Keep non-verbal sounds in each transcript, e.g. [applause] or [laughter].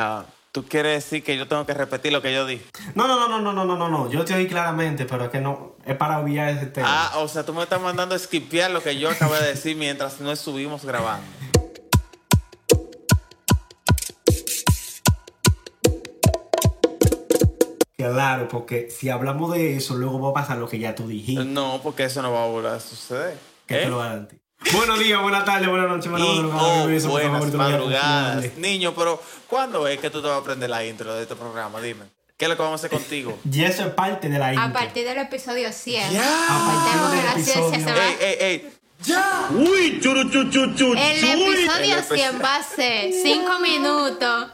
Ah, ¿Tú quieres decir que yo tengo que repetir lo que yo dije? No, no, no, no, no, no, no, no, no. Yo te oí claramente, pero es que no. Es para obviar ese tema. Ah, o sea, tú me estás mandando a skipear lo que yo acabé de decir mientras no estuvimos grabando. Claro, porque si hablamos de eso, luego va a pasar lo que ya tú dijiste. No, porque eso no va a volver a suceder. Que te ¿Eh? lo garantizo. Buenos días, buenas tardes, buenas noches, buenas Y, madrugadas, oh, besos, por favor, buenas te lo voy a madrugadas. confirmar. Niño, pero ¿cuándo es que tú te vas a aprender la intro de este programa? Dime. ¿Qué es lo que vamos a hacer contigo? [laughs] Y eso es parte de la intro. A partir del episodio 100. ¡Ya! Tenemos del la ciencia, episodio. se ¡Ey, va. ey, ey! ¡Ya! Uy, churu, chu, chu, chu, El El episodio episodio- 100 va a ser 5 minutos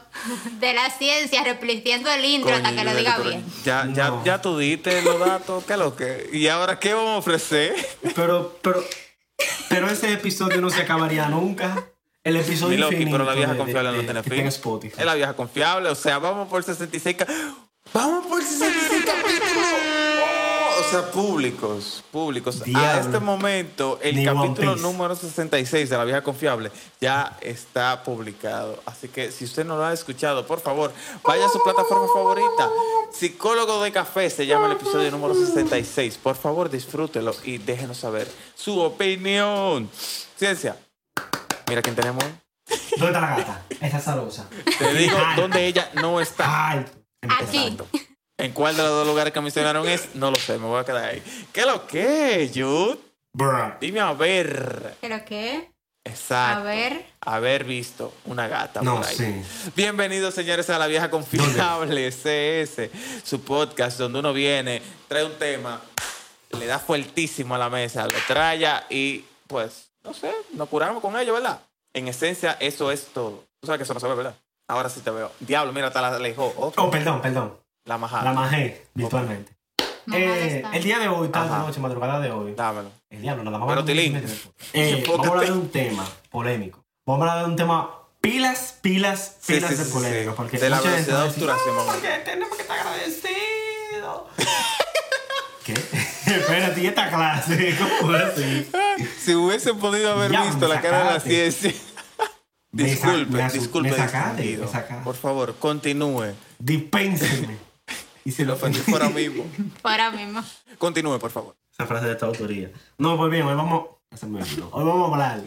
de la ciencia repitiendo el intro Coño, hasta que yo lo creo diga tú- bien. Ya, ya, No. ya tú diste los datos, ¿qué es lo que? ¿Y ahora qué vamos a ofrecer? Pero, pero, pero ese episodio no se acabaría nunca. El episodio Mi Loki, infinito pero la vieja de- confiable de- no tiene que fin. está en Spotify. Es la vieja confiable, o sea, vamos por 66. ca- ¡Vamos por 66 capítulos! Oh, o sea, públicos, públicos. A Diablo. este momento, el Ni One capítulo Piece. número 66 de La Vieja Confiable ya está publicado. Así que si usted no lo ha escuchado, por favor, vaya a su plataforma favorita. Psicólogo de Café se llama el episodio número 66. Por favor, disfrútelo y déjenos saber su opinión. Ciencia, mira quién tenemos. ¿Dónde está la gata? Está saludosa. Te digo dónde ella no está. Ay, Aquí. Exacto. ¿En cuál de los dos lugares que mencionaron es? No lo sé, me voy a quedar ahí. ¿Qué lo que, Jude? bruh. Dime a ver. ¿Pero qué? A Exacto. ver. Haber visto una gata No, por ahí. sí. Bienvenidos, señores, a La Vieja Confiable, CS, su podcast donde uno viene, trae un tema, le da fuertísimo a la mesa, lo traya y, pues, no sé, nos curamos con ello, ¿verdad? En esencia, eso es todo. Tú sabes que eso no se ve, ¿verdad? Ahora sí te veo. Diablo, mira, te la alejó. Ok, Oh, perdón, perdón. La majada. La majé virtualmente. Mamá Eh, está. el día de hoy, tarde, Ajá. noche, madrugada de hoy. Dámelo. El diablo, nada más. Pero, vamos a- Tilín, [laughs] Eh, vamos enfócate. a hablar de un tema polémico. Vamos a hablar de un tema pilas, pilas, Sí, pilas sí, de sí, polémico. sí. Porque De la mucha gente velocidad va de a decir, obturación, mamá. Porque tenemos que [laughs] estar agradecidos. ¿Qué? [laughs] Espérate, ¿y esta clase? [laughs] ¿Cómo puede ser? Si hubiese podido haber Ya, visto la cara de la sacate. ciencia. Me sa- me Disculpe, asu- disculpe. Me sacaste, distinguido. me sacaste. Por favor, continúe. Dispénseme. Y se Lo ofendí por ahora [laughs] mismo. Ahora mismo. Continúe, por favor. Esa frase de esta autoría. No, pues bien, hoy vamos. ese me olvidó. Hoy vamos a hablar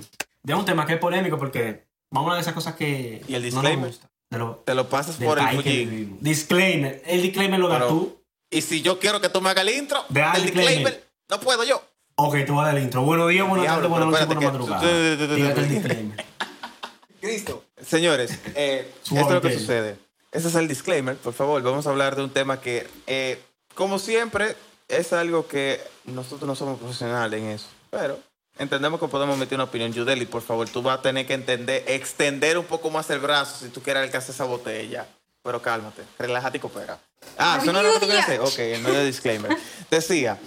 de un tema que es polémico porque vamos a hablar de esas cosas que. ¿Y el no nos disclaimer? gustan. De lo- Te lo pasas del por el país que fuji. vivimos. Disclaimer. El disclaimer lo das Pero- tú. Y si yo quiero que tú me hagas el intro, Ve al el disclaimer. disclaimer, no puedo yo. Ok, tú vas a dar el intro. Buenos días, buenas Diablo, tardes, buenas noches, pero buenas espérate que- madrugadas. Dígate el disclaimer. Cristo. Señores, eh, esto Suave, es lo que Pedro. sucede. Ese es el disclaimer, por favor. Vamos a hablar de un tema que, eh, como siempre, es algo que nosotros no somos profesionales en eso. Pero entendemos que podemos meter una opinión. Yudeli, por favor, tú vas a tener que entender, extender un poco más el brazo si tú quieres alcanzar esa botella. Pero cálmate, relájate y coopera. Ah, ¿eso no era lo que tú querías hacer? Ok, en medio de disclaimer. Decía,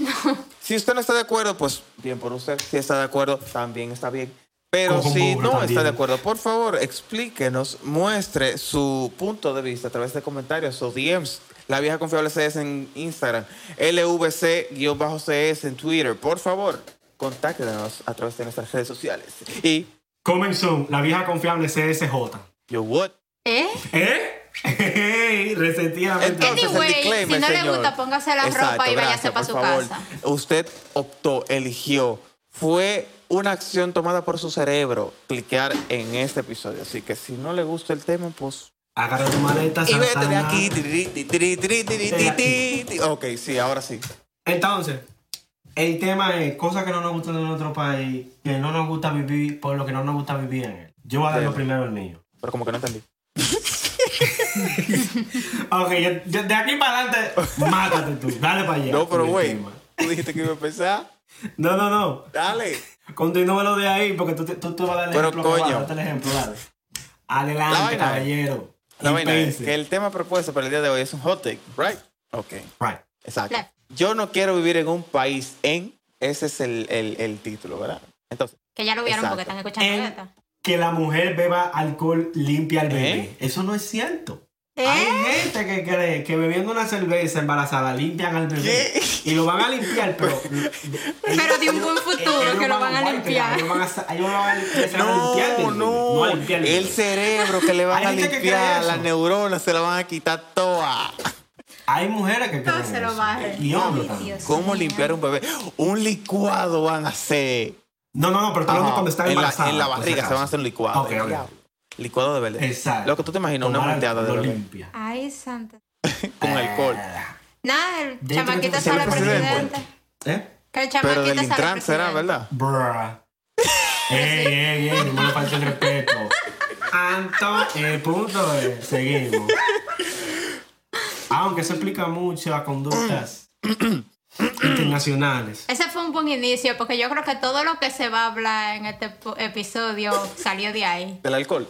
si usted no está de acuerdo, pues bien por usted. Si está de acuerdo, también está bien. Pero Cojo un si pobre no está también. de acuerdo, por favor, explíquenos, muestre su punto de vista a través de comentarios o DMs. La vieja confiable CS en Instagram, LVC-CS en Twitter. Por favor, contáctenos a través de nuestras redes sociales. Y, Comenzó la vieja confiable CSJ. yo, what? ¿Eh? ¿Eh? [laughs] Hey, resentidamente. Entonces, Anyway, el disclaimer, si no le señor. gusta, póngase la Exacto, ropa y váyase gracias, pa' por su favor. casa. Usted optó, eligió. Fue una acción tomada por su cerebro cliquear en este episodio. Así que si no le gusta el tema, pues... Agarra tu maleta, Y vete de Santana. aquí. tiri, tiri, tiri, tiri, De tiri, tiri. Ok, sí, ahora sí. Entonces, el tema es cosas que no nos gustan de nuestro país, que no nos gusta vivir, por lo que no nos gusta vivir en él. Yo voy a dar lo Sí. primero el mío. Pero como que no entendí. Ok, yo- yo- de aquí para adelante, [laughs] mátate tú. Dale para allá. No, pero con el güey, tema. tú dijiste que iba a empezar. No, no, no. Dale. Continúalo de ahí porque tú, te- tú te vas a dar el Pero, ejemplo. que vas a coño. darte el ejemplo, dale. Adelante, La vaina es- caballero. La vaina es Dispense. que el tema propuesto para el día de hoy es un hot take, right? Ok. Right. Exacto. Claro. Yo no quiero vivir en un país en. Ese es el, el- el título, ¿verdad? Entonces, Que ya lo vieron porque Exacto. están escuchando En- esto. Que la mujer beba alcohol limpia al bebé. ¿Eh? Eso no es cierto. Hay ¿Eh? gente que cree que bebiendo una cerveza embarazada limpian al bebé. Y lo van a limpiar, [laughs] pero. Pero de un buen futuro ellos que lo van a limpiar. Ellos van a, sa- ellos lo van a limpiar. No, no, a limpiar el el bebé. cerebro que [laughs] le van Hay a gente que cree limpiar, eso. las neuronas se la van a quitar todas. Hay mujeres que Todo creen. se lo eso. barren. Y hombres Ay, también. Dios ¿Cómo mío. limpiar un bebé? Un licuado van a hacer. No, no, no, pero estoy hablando Ajá, cuando están en la- embarazadas. En la por si barriga se acaso. van a hacer un licuado. Ok, ok. Licuado de verde. Exacto. Lo que tú te imaginas, una Tomar malteada de lo bebé limpia. Eh, Ay, santa. con alcohol. Ah. Nada, el De hecho, chamaquito que sale siempre se den presidente. ¿Eh? Que Pero del el chamaquito sale Intran será, presidente. ¿verdad? Bruh. Ey, ey, ey, no me falta el respeto. Anto, el punto es, seguimos. Aunque eso explica mucho a conductas internacionales. Ese fue un buen inicio porque yo creo que todo lo que se va a hablar en este po- episodio salió de ahí. Del alcohol.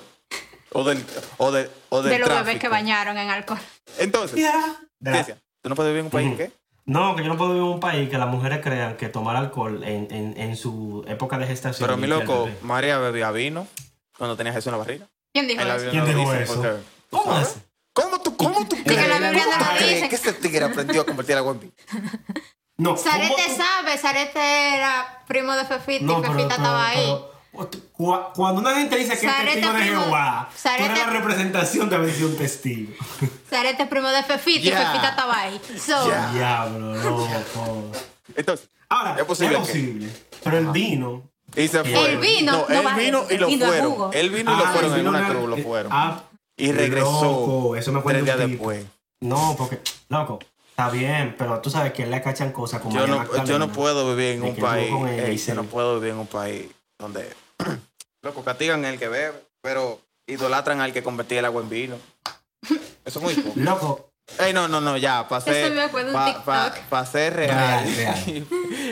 O del, o de, o del De los bebés tráfico. que bañaron en alcohol. Entonces, De la- Cecia, ¿tú no puedes vivir en un país en qué? No, que yo no puedo vivir en un país que las mujeres crean que tomar alcohol en, en, en su época de gestación. Pero mi limpia el loco, bebé. María bebía vino cuando tenía Jesús en la barriga. ¿Quién dijo En la eso? Biblia ¿Quién no lo dijo dice, eso? porque- ¿Cómo hace? ¿Cómo tú, cómo tú que la crees? Biblia ¿Cómo no tú lo crees dice. que ese tigre aprendió a convertir agua en vino? No, ¿cómo Sarete tú- sabe, Sarete era primo de Fefita y Fefita estaba ahí. pero- cua- cuando una gente dice que es Sarete testigo de primo- Jehová, tú Sarete- eres la representación de haber sido un testigo. Sarete es primo de Fefita y Ya. Fefita estaba ahí. So, Ya. Diablo, loco. Entonces, Ahora, ¿Es posible es que- posible, pero el vino. y se fueron. vino No, no él vale. vino y lo Y no fueron. jugó. Él vino y lo Ah, fueron el en vino una no- cruz, lo eh, fueron. ah, Y regresó loco, eso me cuenta tres un días tipo. después. No, porque, loco, está bien, pero tú sabes que le cachan cosas como Yo María no, yo Magdalena. no puedo vivir en de un que estuvo país. con ella y ey, se- yo no puedo vivir en un país donde. [clears throat] Loco, castigan al que bebe, pero idolatran al que convertía el agua en vino. Eso es muy poco. Loco, Ey, no, no, no, ya, pasé. Eso me acuerdo de un TikTok. ser real. Real, real.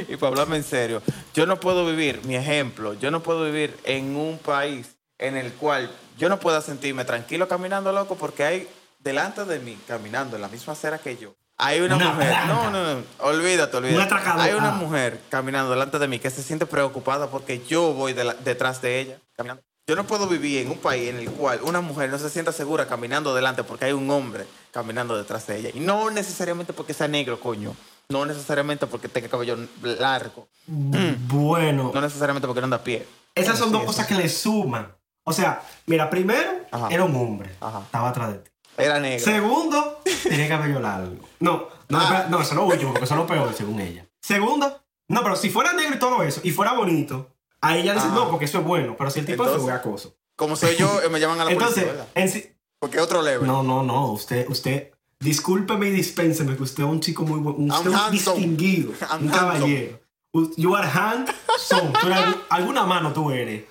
[laughs] y, para hablarme en serio. Yo no puedo vivir, mi ejemplo, yo no puedo vivir en un país en el cual yo no pueda sentirme tranquilo caminando, loco, porque hay delante de mí, caminando en la misma acera que yo. Hay una, Una mujer. planta. No, no, no. Olvídate, olvídate. Un atracador. Hay una Ah. mujer caminando delante de mí que se siente preocupada porque yo voy de la- detrás de ella caminando. Yo no puedo vivir en un país en el cual una mujer no se sienta segura caminando delante porque hay un hombre caminando detrás de ella. Y no necesariamente porque sea negro, coño. No necesariamente porque tenga cabello largo. bueno. Mm. No necesariamente porque no anda a pie. Esas son Sí, dos eso cosas que le suman. O sea, mira, primero, Ajá. era un hombre. Ajá. Estaba atrás de ti. Era negro. Segundo, tenía cabello largo. No, no, Ah. espera, no, eso lo huyo, porque eso es lo peor, según ella. Segundo, no, pero si fuera negro y todo eso, y fuera bonito, ahí ella dice, Ajá. no, porque eso es bueno, pero si el tipo Ah. Entonces- fue acoso. Como soy yo, eh, me llaman a la Entonces, policía, ¿verdad? en sí- Porque otro level. no, no, no, usted, usted, discúlpeme y dispénseme, que usted es un chico muy bueno, usted es un handsome. distinguido, [laughs] I'm un handsome. caballero. U- You are handsome, Tú eres- alguna mano tú eres.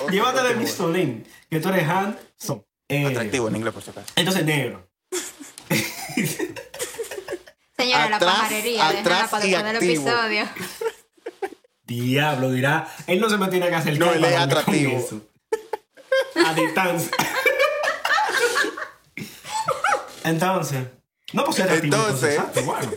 Otro Llévate de level. pistolín, que tú eres handsome. Eh, Atractivo en inglés, por si acaso. Entonces, negro. señora, la Atrás- pajarería, déjala atrás para y después del activo. [laughs] episodio. Diablo, dirá, él no se me tiene que hacer No, cargo él es con atractivo. eso. A distancia. [laughs] Entonces, no pues es atractivo. Entonces. exacto, bueno.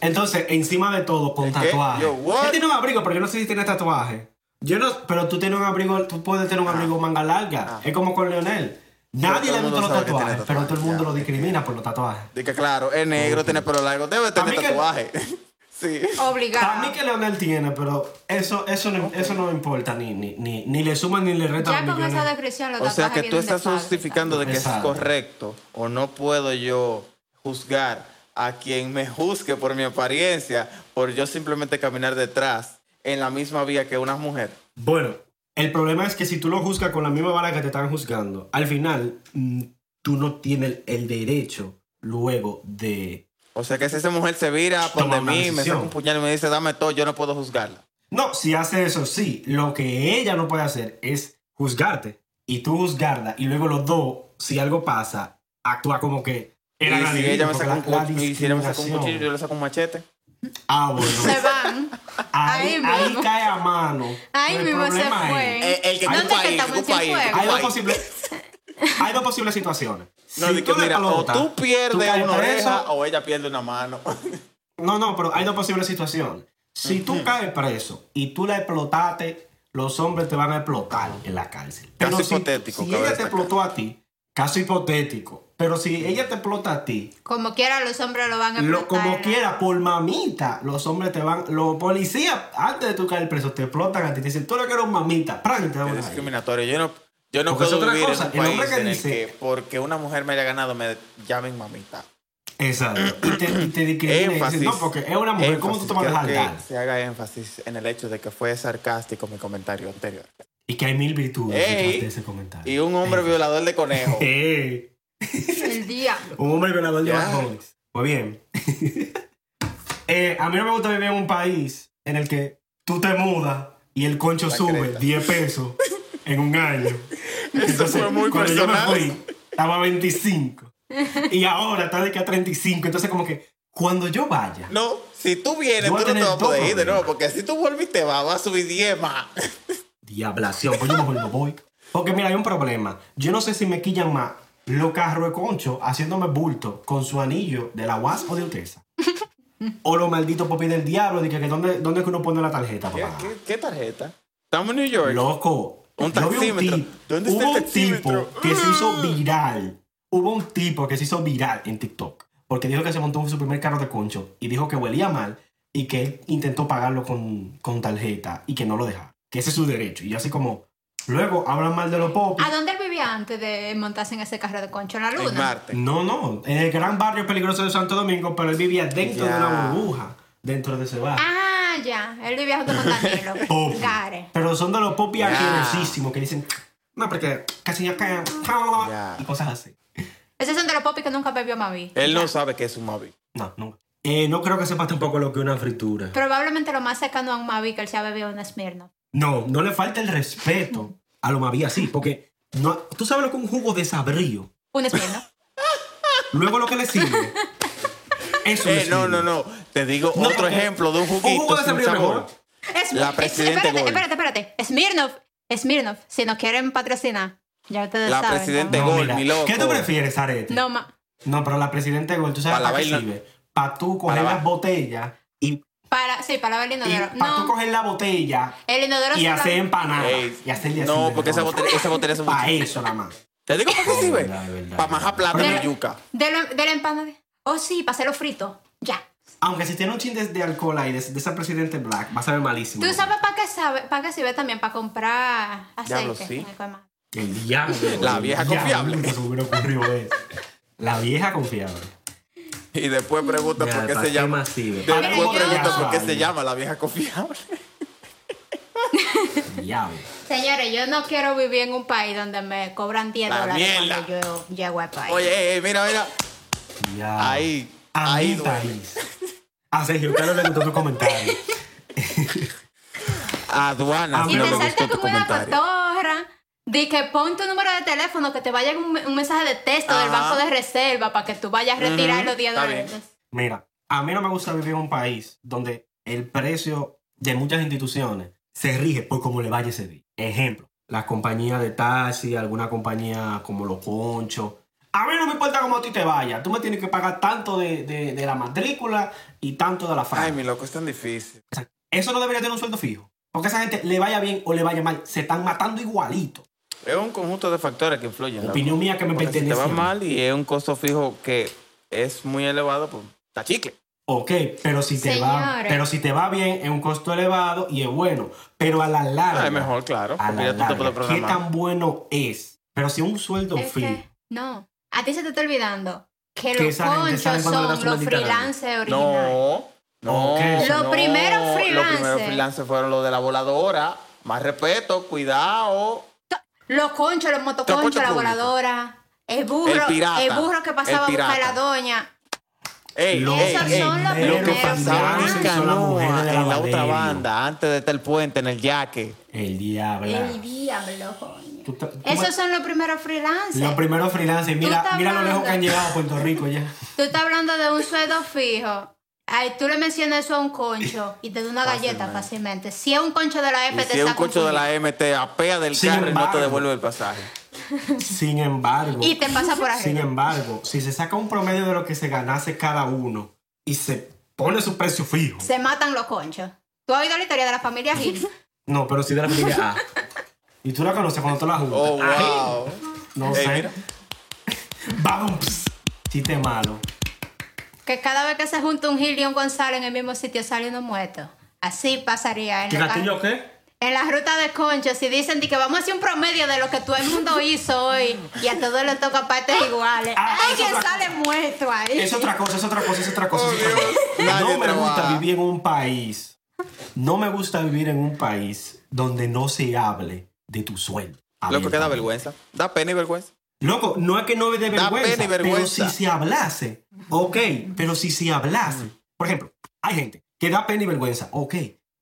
Entonces, encima de todo, con ¿Qué? tatuaje. Yo, what? Él tiene un abrigo, pero yo no sé si tiene tatuaje. Yo no, pero tú tienes un abrigo, tú puedes tener un abrigo manga larga. Es como con Leonel. Nadie Ah. todo le el gusta mundo los sabe que tiene tatuajes, pero todo el mundo tatuajes, lo ya, es que- discrimina por los tatuajes. Dije, claro, es negro, tiene pelo largo, debe tener mí que- tatuaje. [laughs] sí. Para mí Obligado. que Leonel tiene, pero eso, eso, no, eso no me importa, ni, ni, ni, ni le suma ni le reta Ya los con esa millones. descripción lo O sea que tú estás justificando de que es Exacto. correcto o no puedo yo juzgar a quien me juzgue por mi apariencia, por yo simplemente caminar detrás en la misma vía que una mujer. Bueno, el problema es que si tú lo juzgas con la misma vara que te están juzgando, al final mm, tú no tienes el derecho luego de... O sea que si esa mujer se vira por Toma de una mí, me decisión. saca un puñal y me dice, dame todo, yo no puedo juzgarla. No, si hace eso, sí. Lo que ella no puede hacer es juzgarte y tú juzgarla y luego los dos, si algo pasa, actúa como que... Y eran si adivinos, ella me porque saca un, la- la cuch- y si ella me saca un discriminación- cuchillo, yo le saco un machete. Ah, bueno. Se van. Ahí, [laughs] Ahí ahí mismo. cae a mano. Ahí Pero el mismo se problema fue. es- Eh, el que ¿Dónde un que país, estamos? un ¿En país, Cienfuegos? un Hay dos país. posibles. Hay dos posibles situaciones. No, Si de tú que le mira, o explotas, tú pierdes caes una preso. oreja o ella pierde una mano. No, no, pero hay dos posibles situaciones. Si tú caes preso y tú la explotaste, los hombres te van a explotar en la cárcel. Pero Caso si, hipotético Si que voy a ella te sacar. explotó a ti, caso hipotético, pero si ella te explota a ti, Como quiera, los hombres lo van a lo- explotar. como quiera, por mamita, los hombres te van, los policías, antes de tú caer preso, te explotan a ti, te dicen, tú lo que eres un mamita, ¡pran! y te dan Es una ahí. discriminatorio. Yo no, yo no Porque es puedo otra vivir cosa. en El un hombre país que en el dice- que porque una mujer me haya ganado me llamen mamita. Exacto. Y te, y te discriminan y dicen, Énfasis. no, porque es una mujer, ¿cómo tú te vas Énfasis. a Quiero dejar que se haga énfasis en el hecho de que fue sarcástico mi comentario anterior. Y que hay mil virtudes Ey. detrás de ese comentario. Y un hombre violador de [laughs] conejo. Ey. El diablo. Un hombre violador de Ya. jóvenes. Muy bien. [laughs] Eh, a mí no me gusta vivir en un país en el que tú te mudas y el concho La sube creta. 10 pesos en un año. [laughs] Eso fue muy cuando yo me personal. fui, estaba a 25. Y ahora está de que a 35. Entonces, como que cuando yo vaya, No, si tú vienes, Yo tú voy no a te tener vas a poder todo ir de nuevo, problema. porque si tú vuelves y te vas, vas a subir 10 más. [laughs] diablación, pues yo mejor no voy. Porque mira, hay un problema. Yo no sé si me quillan más los carros de concho haciéndome bulto con su anillo de la UAS o de Utesa. o los malditos popis del diablo, de que, que ¿dónde, dónde es que uno pone la tarjeta, ¿Qué, papá? qué- qué tarjeta? Estamos en New York. Loco. Un yo vi taxímetro. tip- ¿Dónde está hubo el un tipo taxímetro? Mm. que se hizo viral. Hubo un tipo que se hizo viral en TikTok. Porque dijo que se montó en su primer carro de concho y dijo que huelía mal y que él intentó pagarlo con, con tarjeta y que no lo dejaba. Que ese es su derecho. Y yo así como... Luego hablan mal de los popis. ¿A dónde él vivía antes de montarse en ese carro de concho en la en luna? Marte. No, no. En el gran barrio peligroso de Santo Domingo, pero él vivía dentro de Ya. una burbuja. Dentro de ese barrio. Ah, ya. Él vivía junto [laughs] con Danilo. Popi. Gare. Pero son de los popis Ya. agresísimos que dicen... No, porque casi acá... Ya. Y cosas así. Esos son de los popis que nunca bebió mami. Él no sabe que es un Mavi. No, nunca. Eh, no creo que sepas tampoco lo que es una fritura. Probablemente lo más cercano a un Mavi que él se ha bebido una Smirnoff. No, no le falta el respeto a lo maví así, porque no, tú sabes lo que es un jugo de sabrío. [laughs] Un Smirnoff. Luego lo que le sirve. Eso Eh, no, no, no. Te digo No, otro eh, ejemplo de un Un juguito jugo de sin sabrío sabor. mejor. Es- La es- Presidente espérate, Gold. espérate, espérate. Smirnoff. Smirnoff. Si nos quieren patrocinar, ya ustedes La saben. Presidente ¿no? Gold. mira, mi loco. ¿Qué tú prefieres, Arete? No, ma- No, pero la presidenta Gol, tú sabes Para para qué la vaina. sirve. Para tú coger Para la- las botellas y, Para, sí, para ver el y inodoro. para tú No, coger la botella el inodoro y se hacer la- empanadas. Ey, Ah, Y hacerle así. no, porque esa botella, esa botella es un Para eso nada más. Te digo para Es qué sirve. verdad, es verdad, Para es verdad. majar plátano Pero- y yuca. De, lo- de la empanada. Oh, sí, para hacerlo frito. Ya. Aunque si tiene un chin de, de alcohol ahí, de, de esa presidente Black, va a saber malísimo. ¿Tú sabes para qué, sabe, para qué sirve también? Para comprar aceite. Diablo, sí. Ay, coño, madre. El diablo. [laughs] La el vieja diablo, confiable. nunca se me hubiera ocurrido eso. La vieja confiable. Y después pregunta por qué se llama. Mira, Después yo- pregunta por qué se llama la vieja confiable. Diablo. Señores, yo no quiero vivir en un país donde me cobran 10 La dólares mierda. cuando yo llego al país. Oye, eh, eh, mira, mira. Diablo. Ahí. A ahí mi duele. país. A Ah, Sergio Carlos le gustó tu comentario. A Aduanas. mí y no te me salta como una cotorra de que pon tu número de teléfono, que te vaya un, un mensaje de texto del Ajá. banco de reserva para que tú vayas a retirar Ujú, los 10 está dólares. bien. Mira, a mí no me gusta vivir en un país donde el precio de muchas instituciones se rige por cómo le vaya ese día. Ejemplo, las compañías de taxi, alguna compañía como Los Conchos. A mí no me importa cómo a ti te vaya. Tú me tienes que pagar tanto de, de- de la matrícula y tanto de la franja. Ay, mi loco, es tan difícil. Eso no debería tener un sueldo fijo. Porque esa gente le vaya bien o le vaya mal, se están matando igualito. Es un conjunto de factores que influyen. loco. Opinión mía que me Porque si pertenece. te va a mí. mal y es un costo fijo que es muy elevado, pues está chicle. Ok, pero si te va, Señores. pero si te va bien es un costo elevado y es bueno, pero a la larga. Ah, es mejor, claro. A Porque la ya tú te puedes larga, ¿Qué programar. tan bueno es? Pero si un sueldo Es fijo. que, no, a ti se te está olvidando que, Que los esa gente sabe conchos cuándo le da son su los maldita gana. freelancers originales. No. No, Ok. Los no. primeros Los freelancers. primeros freelancers fueron los de la voladora. Más respeto, cuidado. Los conchos, los motoconchos, Transporte la público. voladora, el burro, El pirata, burro que pasaba a el buscar a la pirata. doña. Ey, Los ey, Esas ey, son las lo que pasaba en primeras freelancers. Son las Canoa, mujeres de la en la otra Valerio. banda, antes de estar el puente, en el yaque. El diablo. El diablo, coño. Tú te- tú Esos me- son los primeros freelancers. Los primeros freelancers. Mira, estás mira lo lejos que han hablando. llegado a Puerto Rico [laughs] ya. Tú estás hablando de un sueldo fijo. Ay, tú le mencionas eso a un concho y te da una galleta fácilmente. Si es un concho de la F, Y te si es un saca coche de la MT, apea del Sin carro y no te embargo. Ah, devuelve el pasaje. Sin embargo. puño. Y te pasa por Sin arriba. embargo, si se saca un promedio de lo que se ganase cada uno y se pone su precio fijo. Se matan los conchos. ¿Tú has oído la historia de la familia [laughs] Gil? No, pero sí de la [laughs] familia A. Y tú la conoces cuando tú la juntas. Oh, wow. No Ey, sé. mira. ¡Pam! Pss. Chiste malo. Que cada vez que se junta un Gil y un Gonzalo en el mismo sitio sale uno muerto. Así pasaría en ¿Qué la gatillo qué? En la ruta de concho, si dicen de que vamos a hacer un promedio de lo que todo el mundo hizo hoy y a todos les toca partes iguales, [laughs] Ah, hay eso quien es otra sale muerto ahí. Es otra cosa, es otra cosa, es otra cosa. Oh, es otra cosa. Dios. Nadie No me trabaja. gusta vivir en un país. No me gusta vivir en un país donde no se hable de tu sueldo. Loco, que da Abiertamente. vergüenza. Da pena y vergüenza. Loco, no es que no dé Da vergüenza, pena y pero vergüenza. si se hablase, ok, pero si se hablase, por ejemplo, hay gente que da pena y vergüenza, ok,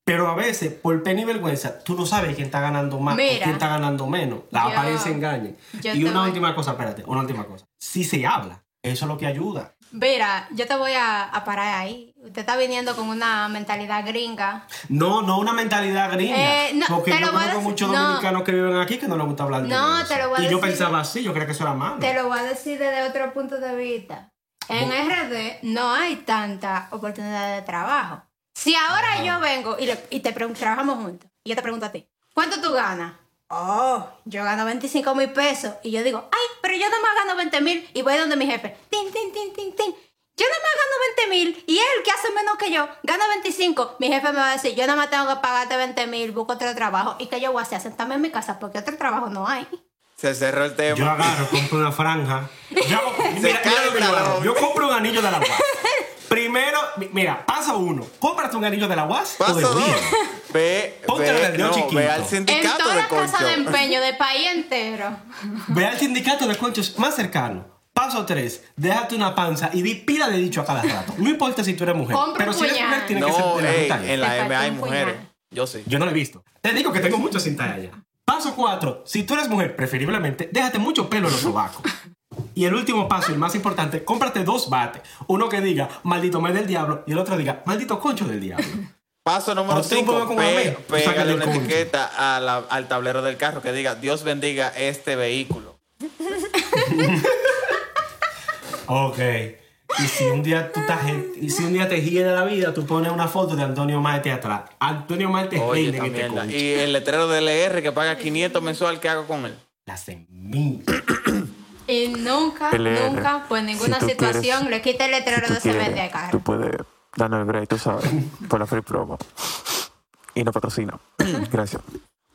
pero a veces por pena y vergüenza tú no sabes quién está ganando más o Mira. quién está ganando menos, la Yo- apariencia engaña. yo Y te una voy- última cosa, espérate, una última cosa, si se habla, eso es lo que ayuda. Mira, yo te voy a, a parar ahí. Usted está viniendo con una mentalidad gringa. No, no una mentalidad gringa, Eh, no, porque te yo lo voy a conozco decir- muchos no. dominicanos que viven aquí que no les gusta hablar de No, eso. te lo voy a Y yo decir. pensaba así, yo creía que eso era malo. Te lo voy a decir desde otro punto de vista. En RD no hay tanta oportunidad de trabajo. Si ahora yo vengo y, le- y te pregun- trabajamos juntos, y yo te pregunto a ti, ¿cuánto tú ganas? Oh, yo gano 25 mil pesos. Y yo digo, ay, pero yo nomás gano 20 mil y voy donde mi jefe. Tin, tin, tin, tin, tin. Yo nomás gano 20 mil y él que hace menos que yo gana 25. Mi jefe me va a decir, yo nomás tengo que pagarte 20 mil, busco otro trabajo. ¿Y que yo voy a hacer? Sentarme en mi casa porque otro trabajo no hay. Se cerró el tema. Yo agarro, compro una franja. Yo, [laughs] hago- mira, mira lo que yo, calma, hago. loco. Yo compro un anillo de [laughs] la UAS. Primero, mi- mira, paso uno. Cómprate un anillo de la UAS o Paso de dos. Wii. [laughs] Ve, Póntelo ve, del dedo no, chiquito. ve al En sindicato todas de las casas de concho. empeño del país entero. Ve al sindicato de conchos más cercano. Paso tres, déjate una panza y di pila de dicho a cada rato. No importa si tú eres mujer. Compra pero un si eres mujer, puñal. tiene que ser No, de la ey, ruta. en Te la faltó M hay un mujeres. puñal. Yo sí. Yo no lo he visto. Te digo que tengo muchos sin allá. Paso 4. Si tú eres mujer, preferiblemente, déjate mucho pelo en los sobacos. Y el último paso, el más importante, cómprate dos bates. Uno que diga, maldito mes del diablo, y el otro diga, maldito concho del diablo. Paso número Cuando tú pongas 5. como amigo, tú sácale Pégale el una concho. etiqueta a la- al tablero del carro que diga Dios bendiga este vehículo. Ok. Y si un día, tú estás, y si un día te gira la vida, tú pones una foto de Antonio Marte atrás. Antonio Marte es Oye, rey esta en este mierda. concho. Y el letrero de LR que paga 500 mensual, ¿qué hago con él? La semilla. Y nunca, nunca, por ninguna situación, le quita el letrero de cemento de carro. puedes darnos el break, tú sabes, [laughs] por la free promo. Y nos patrocina. [clears throat] Gracias.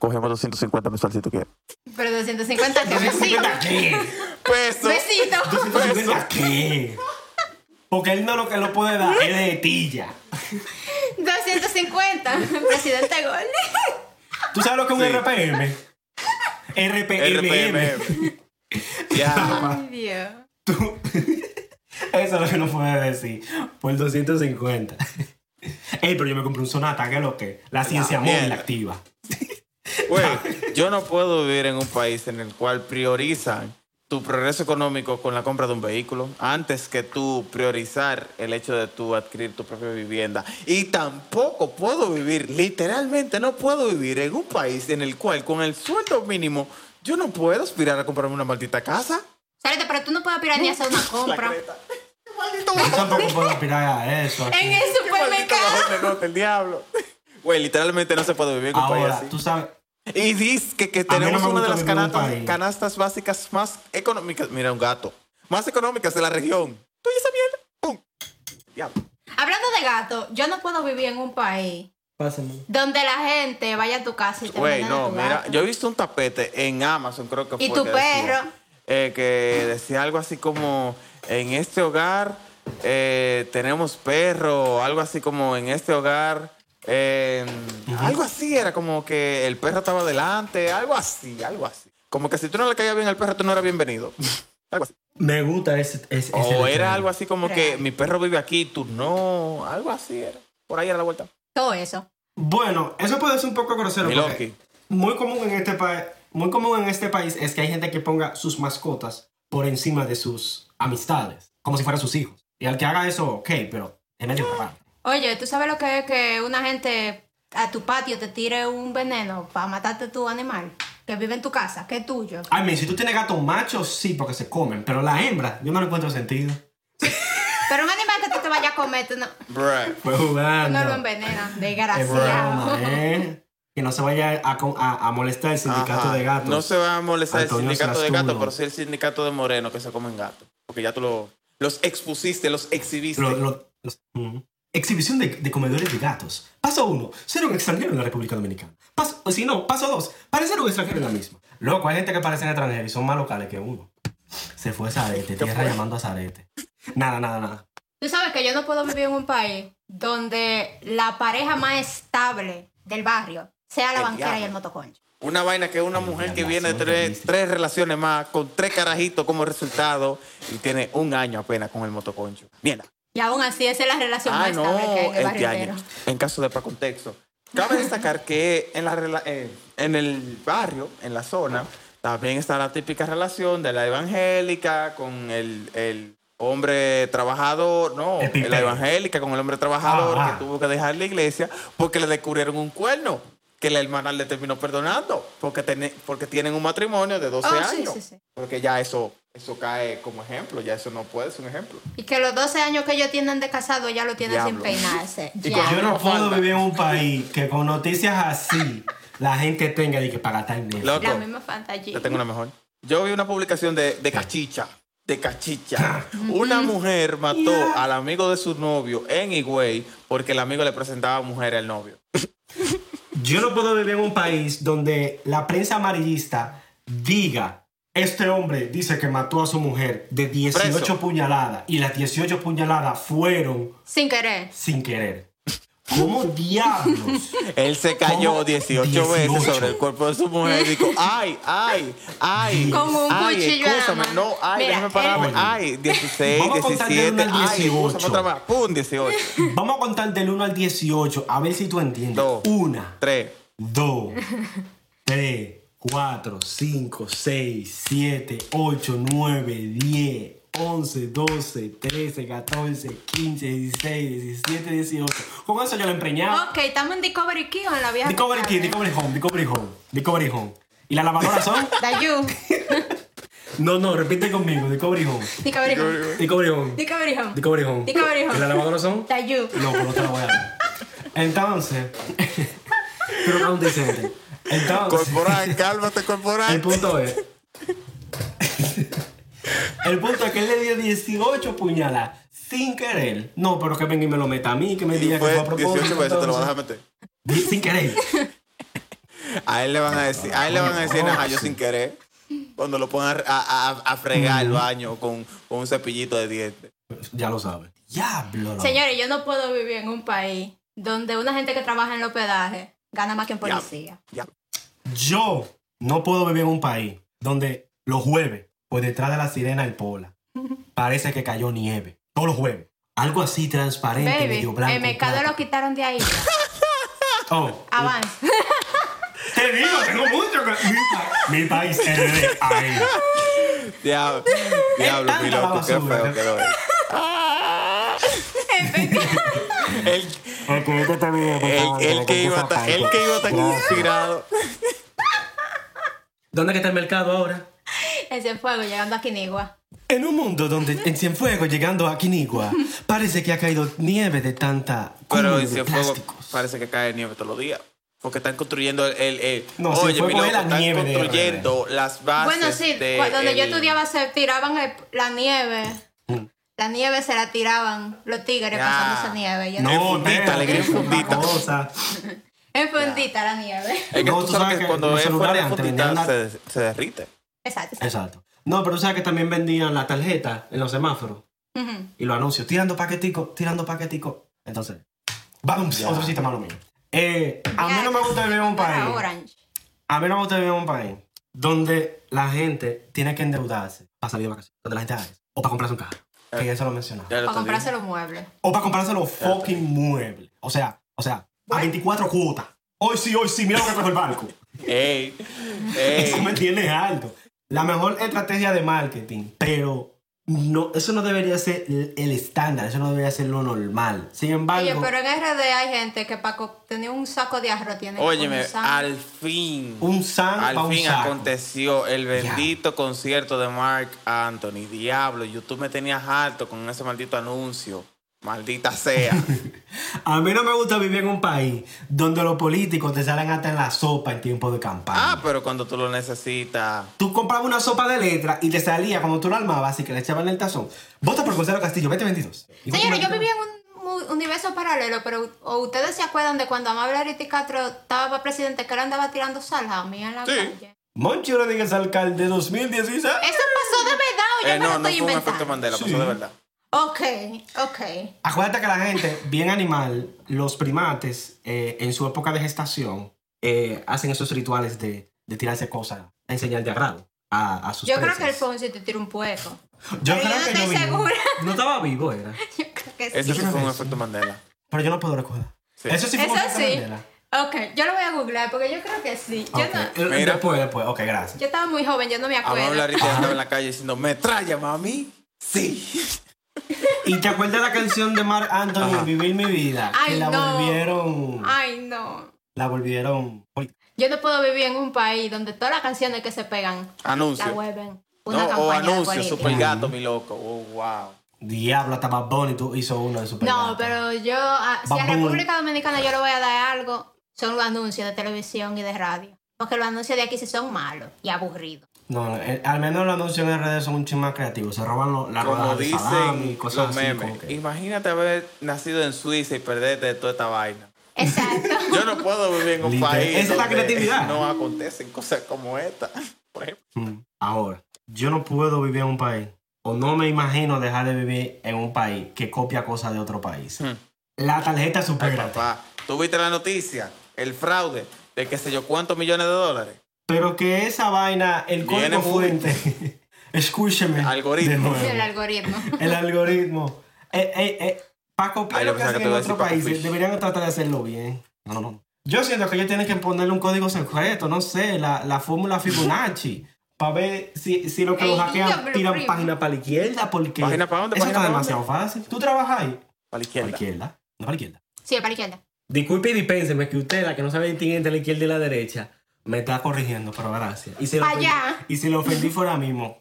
Cogemos 250 mensual si tú quieres. Pero 250 que besito. 250 qué? Peso. Besito. 250 qué? Porque él no lo que lo puede dar, es de tilla. 250. [laughs] Presidente Gol. ¿Tú sabes lo que es un Sí. [laughs] RPM? RPM. [laughs] RPM. Ya. Ay, Dios. Tú- Eso es lo que no puedes decir. Por 250. Ey, pero yo me compré un Sonata, que es lo que la ciencia mierda. móvil activa. Güey, yo no puedo vivir en un país en el cual priorizan tu progreso económico con la compra de un vehículo antes que tú priorizar el hecho de tú adquirir tu propia vivienda. Y tampoco puedo vivir, literalmente no puedo vivir en un país en el cual con el sueldo mínimo yo no puedo aspirar a comprarme una maldita casa. Sálete, pero tú no puedes aspirar ni a hacer una La compra. creta. Qué maldito Yo bajón. tampoco puedo aspirar a eso. aquí. En el Qué maldito supermercado. bajón de nota, el diablo. Güey, literalmente no se puede vivir en un país Ahora, así. tú sabes. [laughs] Y dice que, que A mí no tenemos me una de gusta las vivir en un canastas, país. canastas básicas más económicas. Mira, un gato. Más económicas de la región. ¿Tú y esa mierda? ¡Pum! Diablo. Hablando de gato, yo no puedo vivir en un país Pásame. donde la gente vaya a tu casa y te Güey, manden a no, tu mira. gato. Yo he visto un tapete en Amazon, creo que fue. Y tu que decía, perro. eh, que decía algo así como: En este hogar eh, tenemos perro. o Algo así como: En este hogar. eh, Algo así era como que el perro estaba delante. Algo así, algo así. Como que si tú no le caías bien al perro, tú no eras bienvenido. [laughs] algo así. Me gusta ese. ese- ese O letrero. era algo así como que Real. mi perro vive aquí, tú no. Algo así era. Por ahí era la vuelta. Todo eso. Bueno, eso puede ser un poco grosero. Mi porque Loki. Muy común en este país. Muy común en este país es que hay gente que ponga sus mascotas por encima de sus amistades, como si fueran sus hijos. Y al que haga eso, ok, pero es medio raro. Oye, ¿tú sabes lo que es que una gente a tu patio te tire un veneno para matarte tu animal que vive en tu casa, que es tuyo? I mean, si tú tienes gatos machos, sí, porque se comen, pero la hembra, yo no le encuentro sentido. Pero un animal que tú te vayas a comer, tú no, tú Bruh. Fue no Ah, jugando. lo envenenas, Es broma, desgraciado. ¿eh? Que no se vaya a, con- a- a molestar el sindicato Ajá. de gatos. No se va a molestar Antonio el sindicato de Sastuno. gatos, pero sí el sindicato de morenos que se comen gatos. Porque ya tú lo- los expusiste, los exhibiste. Lo- lo- los- ujú. Exhibición de, de comedores de gatos. Paso uno, ser un extranjero en la República Dominicana. Paso, o si no, paso dos, parecer un extranjero en la misma. Loco, hay gente que parecen extranjeros y son más locales que uno. Se fue Zarete, tierra fue? llamando a Zarete. Nada, nada, nada. Tú sabes que yo no puedo vivir en un país donde la pareja más estable del barrio sea la El banquera y diablo. el motoconcho. Una vaina que es una Ay, mujer mi que alma, viene de sí, tres, triste. tres relaciones más, con tres carajitos como resultado, y tiene un año apenas con el motoconcho. Mierda. Y aún así, esa es la relación Ah, más estable que hay no, en el este barrio año. entero. En caso de para contexto. Cabe destacar que en, la, rela- eh, en el barrio, en la zona, también está la típica relación de la evangélica con el, el hombre trabajador, no, El pipero. la evangélica con el hombre trabajador Ajá. que tuvo que dejar la iglesia porque le descubrieron un cuerno que la hermana le terminó perdonando porque, tiene- porque tienen un matrimonio de 12 Oh, años. sí, sí, sí. Porque ya eso, eso cae como ejemplo, ya eso no puede ser un ejemplo. Y que los 12 años que ellos tienen de casado ya lo tienen sin Diablo. peinarse. Y Ya. con- Yo no No puedo falta. vivir en un país que con noticias así la gente tenga de que pagar tan dinero. Loco. La misma fantasía. Yo tengo una mejor. Yo vi una publicación de, de Cachicha. De Cachicha. Una mujer mató al amigo de su novio en Higüey porque el amigo le presentaba mujer al novio. Yo no puedo vivir en un país donde la prensa amarillista diga, este hombre dice que mató a su mujer de 18 Preso. puñaladas y las 18 puñaladas fueron Sin querer. sin querer. ¿Cómo diablos? [laughs] Él se cayó ¿Cómo? 18, veces 18. sobre el cuerpo de su mujer y dijo, ay, ay, ay. Con un ay, cuchillo en la excúsame, mano. no, ay, Mira, déjame pararme. él- Ay, 16, eh. Vamos a contar del 17, uno al ay, excúsame 18. otra más. Pum, 18. Vamos a contar del 1 al 18, a ver si tú entiendes. Dos. Una, [laughs] 3. 2, 3, 4, 5, 6, 7, 8, 9, 10, 11, 12, 13, 14, 15, 16, 17, 18. Con eso yo lo empreñaba. Ok, estamos en Discovery Key o en la vieja. Discovery Kid, Discovery Home, Discovery Home, Discovery Home. ¿Y las lavadoras [laughs] son? Dayu. No, no, repite conmigo, Discovery Home. Discovery Home. Discovery Home. Discovery Home. Discovery Home. Discovery Home. ¿Y las lavadoras son? Dayu. Loco, no te la voy a dar. Entonces, [laughs] creo que es un decente. Entonces. Corporal, cálmate, corporal. El punto es. [laughs] El punto es que él le dio 18 puñaladas sin querer. No, pero que venga y me lo meta a mí, que me diga que fue Fue a propósito. 18 veces, te lo vas a dejar entonces. meter. Sin querer. A él le van a decir, a él le van a decir, "Ajá, yo sin querer. Cuando lo pongan a, a, a- a fregar el baño con, con un cepillito de dientes. Ya lo sabe. Diablo. loco. Señores, yo no puedo vivir en un país donde una gente que trabaja en el hospedaje gana más que un Ya. policía. Ya. Yo no puedo vivir en un país donde los jueves, por detrás de la sirena del Pola, parece que cayó nieve. Todos los jueves. Algo así transparente, Baby, medio blanco. el mercado plata. lo quitaron de [laughs] ahí. Oh, Avanza. te digo, tengo mucho que... Mi, pa- mi país RD, ahí. Diablo, diablo, tanta mi la loco, qué basura. feo quedó él. El, el, el que iba tan, el que iba tan inspirado. ¿Dónde que está el mercado ahora? Ese fuego llegando a Quinigua. En un mundo donde en Cienfuegos, llegando a Quinigua, parece que ha caído nieve de tanta Pero cúmulo en de Cienfuegos plásticos. parece que cae nieve todos los días. Porque están construyendo el. el, el- No, oye, mi Cienfuegos loco, es la están nieve de construyendo las bases. Bueno, sí, de cuando yo Ah, el- estudiaba se tiraban el- la nieve. Mm. La nieve se la tiraban los tigres Ya. pasando esa nieve. Yo en No, fundita, pero, [laughs] alegría en es una fundita. cosa. Es fundita la nieve. Es que No, tú sabes que cuando los es fuera celulares de antes fundita tenían la- se, des- se derrite. Exacto. Exacto. No, pero tú sabes que también vendían la tarjeta en los semáforos Ujú. y los anuncios, tirando paquetico, tirando paquetico. Entonces, vamos, otro sistema lo mío. Eh, a mí Ya, no me gusta vivir en un para país. Orange. A mí no me gusta vivir en un país donde la gente tiene que endeudarse para salir de vacaciones. Donde la gente haga eso. O para comprarse un carro. Que ya se lo mencionaba. Ya lo Para te dije. comprarse los muebles. O para comprarse los fucking muebles. O sea, o sea, a 24 cuotas. Hoy sí, hoy sí, mira lo que trajo [laughs] el barco. Eh. Ey, [laughs] Eso me ey. tiene alto. La mejor estrategia de marketing, pero no, eso no debería ser el, el estándar, eso no debería ser lo normal. Sin embargo, Oye, pero en RD hay gente que para tener un saco de arroz tiene que Óyeme, poner sal. al fin. un san pa' Al un fin saco. aconteció el bendito concierto de Mark Anthony. Diablo, YouTube me tenía harto con ese maldito anuncio. Maldita [laughs] sea. A mí no me gusta vivir en un país donde los políticos te salen hasta en la sopa en tiempo de campaña. ah, pero cuando tú lo necesitas. Tú comprabas una sopa de letra y te salía como tú la armabas, así que le echaban en el tazón. Vota por Gonzalo Castillo, 2022. Hijo de Señores, maldita- yo vivía en un mu- universo paralelo, pero u- o ustedes se acuerdan de cuando Amable Ariti Castro estaba presidente, que él andaba tirando sal a mí en la Sí. calle. Monchi Rodríguez, alcalde 2016. Eso pasó de verdad o yo Eh, me lo no, no estoy fue un efecto inventando. Mandela, Sí. pasó de verdad. Ok, ok. Acuérdate que la gente, bien animal, los primates, eh, en su época de gestación, eh, hacen esos rituales de, de tirarse cosas en señal de agrado a, a sus Yo creo presas. que él fue un sitio tiró un pueco. [laughs] Yo pero yo creo no que estoy vivo. segura. No estaba vivo, era. Yo creo que Eso sí. sí creo fue que un sí. efecto [laughs] Mandela. Pero yo no puedo recordar. Sí. Eso sí fue Eso un efecto sí. Mandela. Ok, yo lo voy a googlear porque yo creo que sí. Yo, Ok. no- Eh, Mira. Después, después. Ok, gracias. yo estaba muy joven, yo no me A acuerdo. Pablo ahorita andaba en [laughs] la calle diciendo, ¿me traya, mami? Sí. ¿Y te acuerdas la canción de Mark Anthony, Ajá. Vivir mi vida? Ay, que la no. Ah. volvieron... Ay, no. La volvieron... pues, Yo no puedo vivir en un país donde todas las canciones que se pegan la Anuncio. vuelven una No, o campaña de anuncio, política. super gato, mi loco. Oh, wow. Diablo, hasta Bad Bunny tú hizo uno de Super No, Gato. pero yo, a- si a Bad Bunny. República Dominicana yo le voy a dar algo, son los anuncios de televisión y de radio. Porque los anuncios de aquí sí son malos y aburridos. No, no, eh, al menos los anuncios en redes son un ching más creativos. Se roban lo- la Como rodajas Ah, de salami y dicen cosas los así, como memes, que- imagínate haber nacido en Suiza y perderte de toda esta vaina. [laughs] Exacto. [laughs] Yo no puedo vivir en un Literal. país Esa es la donde creatividad. no acontecen cosas como esta. [laughs] Por ejemplo. Mm. Ahora, yo no puedo vivir en un país, o no me imagino dejar de vivir en un país que copia cosas de otro país. Hmm. La tarjeta Ay, supera. papá, ¿tú viste la noticia? El fraude de qué sé yo cuántos millones de dólares. Pero que esa vaina, el Viene código muy- fuente, [laughs] escúcheme. Algoritmo. de nuevo. El algoritmo. El algoritmo. Eh, eh, eh, para copiar Ay, yo lo que pensaba que hacen en te iba a decir otros Paco países, Fish. deberían tratar de hacerlo bien. No, no, no. Yo siento que ellos tienen que ponerle un código secreto, no sé, la, la fórmula Fibonacci, para ver si, si lo que los Ey, hackean pero tiran primo. página para la izquierda, porque ¿Página para dónde? eso ¿Página está para dónde? demasiado fácil. ¿Tú trabajas ahí? Para la Para la izquierda. izquierda, no para la izquierda. Sí, para la izquierda. Disculpe y dispénseme que usted, la que no sabe distinguir entre la izquierda y la derecha, me está corrigiendo, pero gracias. Y si lo Pa' ofendí- allá. Y si lo ofendí fuera [laughs] mismo.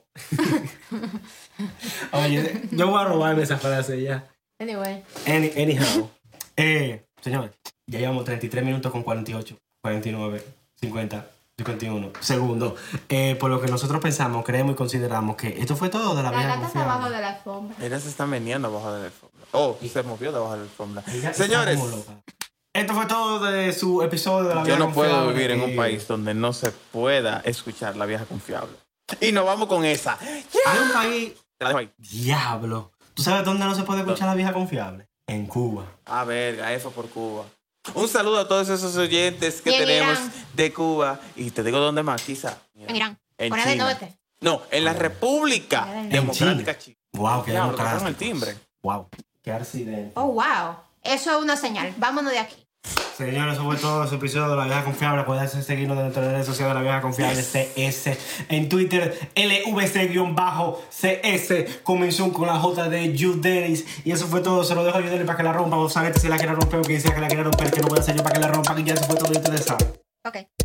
Oye, yo voy a robarme esa frase ya. Anyway. Any- anyhow. Eh, señores, ya llevamos 33 minutos con 48, 49, 50, 51 segundos. Eh, por lo que nosotros pensamos, creemos y consideramos que esto fue todo de la, La vieja gata está confiable. abajo de la alfombra. Ella se está meneando abajo de la alfombra. Oh, se movió debajo de la alfombra. Ella está Señores, como loca. Esto fue todo de su episodio de la yo vieja no puedo confiable. vivir en un Eh, país donde no se pueda escuchar la vieja confiable. Y nos vamos con esa. Hay un país La dejo ahí. Diablo. ¿Tú sabes dónde no se puede escuchar la vieja confiable? En Cuba. Ah, verga, eso por Cuba. Un saludo a todos esos oyentes que Y en tenemos Irán. de Cuba. Y te digo dónde más, quizá. En Irán. En Corea del China. Norte. No, en la República En Democrática China. Wow, qué Diablo, tocaron democracia. el timbre. Wow. Qué accidente. Oh, wow. Eso es una señal. Vámonos de aquí. Señores, eso fue todo ese episodio de La Vieja Confiable. Puedes seguirnos dentro de las redes sociales de La Vieja Confiable CS. En Twitter, LVC-CS. Comenzó con la J de Judelis. Y eso fue todo. Se lo dejo a Judelis para que la rompa. Vos sabés si la quiere romper o que dice que la quiere romper. Que no voy a hacer yo para que la rompa. Y ya eso fue todo. Y ustedes saben. Ok.